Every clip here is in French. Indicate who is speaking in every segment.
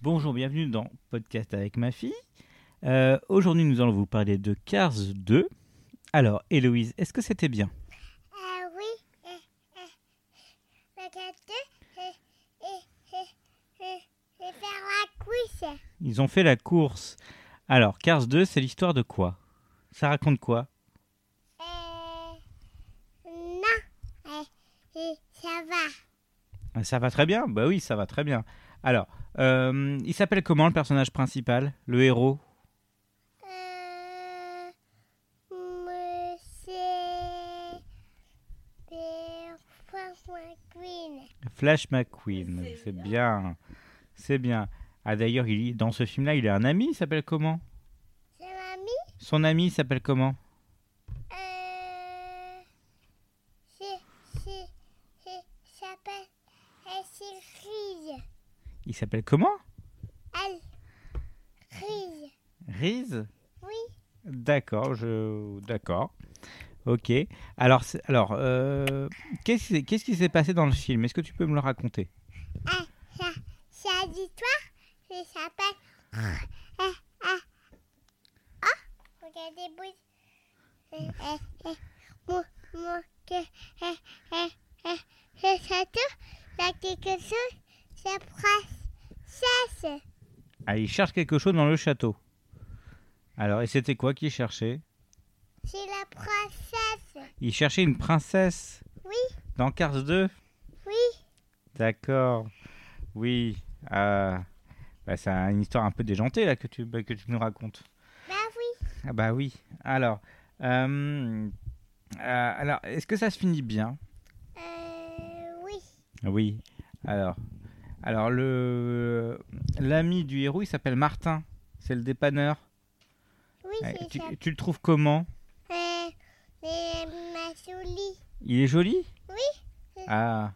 Speaker 1: Bonjour, bienvenue dans Podcast avec ma fille. Euh, Aujourd'hui, nous allons vous parler de Cars 2. Alors, Héloïse, est-ce que c'était bien
Speaker 2: Ah oui, euh, euh, regardez, euh, euh, euh, euh, je vais faire la couche.
Speaker 1: Ils ont fait la course. Alors, Cars 2, c'est l'histoire de quoi Ça raconte quoi
Speaker 2: Euh, non, euh, euh, ça va.
Speaker 1: Ah, Ça va très bien Bah oui, ça va très bien. Alors, euh, il s'appelle comment le personnage principal Le héros
Speaker 2: Euh, monsieur euh, François Queen.
Speaker 1: Flash McQueen. C'est bien. C'est bien. Ah d'ailleurs, il- dans ce film-là, il a un ami, il s'appelle comment
Speaker 2: C'est mamie
Speaker 1: Son ami, il s'appelle comment
Speaker 2: Euh, c'est, c'est, c'est, ça eh, s'appelle, elle c'est Rise.
Speaker 1: Il s'appelle comment
Speaker 2: Elle, Rise,
Speaker 1: Riz
Speaker 2: oui.
Speaker 1: D'accord, je... D'accord. Ok. Alors, c'est- alors euh, qu'est-ce qui s'est- qu'est-ce qui s'est passé dans le film Est-ce que tu peux me le raconter
Speaker 2: Ça, ça dit toi Ça s'appelle. Ah, ah, ah. Regardez, bout. Eh, eh, eh. Mon, mon, que, eh, eh, eh. Je sais tout. Là, quelque chose, c'est princesse.
Speaker 1: Ah, il cherche quelque chose dans le château. Alors, et c'était quoi qu'il cherchait
Speaker 2: C'est la princesse.
Speaker 1: Il cherchait une princesse
Speaker 2: Oui,
Speaker 1: dans Cars 2
Speaker 2: oui,
Speaker 1: D'accord. Oui. Euh, bah, c'est une histoire un peu déjantée là que tu, bah, que tu nous racontes.
Speaker 2: bah oui.
Speaker 1: Ah bah oui. Alors, euh, euh, alors est-ce que ça se finit bien
Speaker 2: Euh, oui.
Speaker 1: Oui. Alors, alors le l'ami du héros, il s'appelle Martin. C'est le dépanneur.
Speaker 2: Oui,
Speaker 1: Euh,
Speaker 2: c'est
Speaker 1: Tu,
Speaker 2: ça.
Speaker 1: tu le trouves comment
Speaker 2: Euh, mais ma souris.
Speaker 1: Il est joli
Speaker 2: Oui.
Speaker 1: Ah,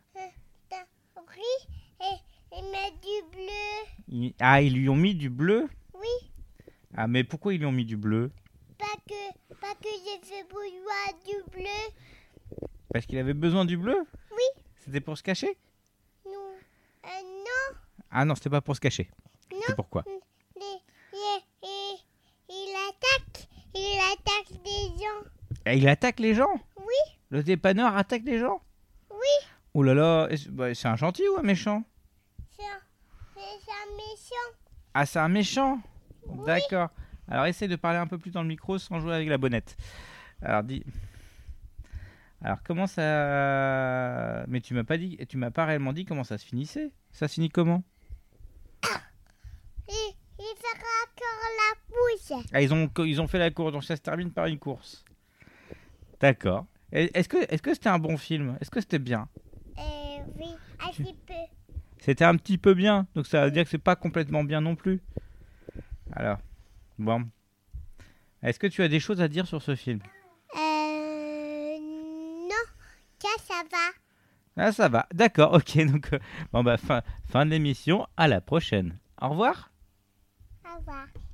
Speaker 2: Oui, et, et ma du bleu.
Speaker 1: il- ah, ils lui ont mis du bleu.
Speaker 2: Oui.
Speaker 1: Ah, mais pourquoi ils lui ont mis du bleu
Speaker 2: Pas que, pas que j'ai fait bouilloire du bleu.
Speaker 1: Parce qu'il avait besoin du bleu
Speaker 2: Oui.
Speaker 1: C'était pour se cacher
Speaker 2: Non, euh, non,
Speaker 1: Ah non, c'était pas pour se cacher.
Speaker 2: Non.
Speaker 1: C'est pourquoi
Speaker 2: les- les- les- il attaque, il attaque des gens.
Speaker 1: Et Eh, il attaque les gens
Speaker 2: Oui,
Speaker 1: Le dépanneur attaque les gens
Speaker 2: oui,
Speaker 1: Oh là là, est-ce- bah, c'est un gentil ou un méchant
Speaker 2: c'est un, c'est un méchant.
Speaker 1: Ah, c'est un méchant D'accord. Alors essaye de parler un peu plus dans le micro sans jouer avec la bonnette. Alors dis. Alors comment ça. Mais tu m'as pas dit. Tu m'as pas réellement dit comment ça se finissait. Ça se finit comment
Speaker 2: Il, il fera encore la bouche.
Speaker 1: Ah, ils ont, ils ont fait la course, donc ça se termine par une course. D'accord. Et Est-ce que est-ce que c'était un bon film Est-ce que c'était bien
Speaker 2: Euh, oui, un petit peu.
Speaker 1: C'était un petit peu bien, donc ça veut dire que c'est pas complètement bien non plus. Alors, bon. Est-ce que tu as des choses à dire sur ce film
Speaker 2: Euh, non, ça, ça va.
Speaker 1: Ah, ça va, d'accord, ok. Donc, euh, bon, bah, fin, fin de l'émission, à la prochaine. Au revoir.
Speaker 2: Au revoir.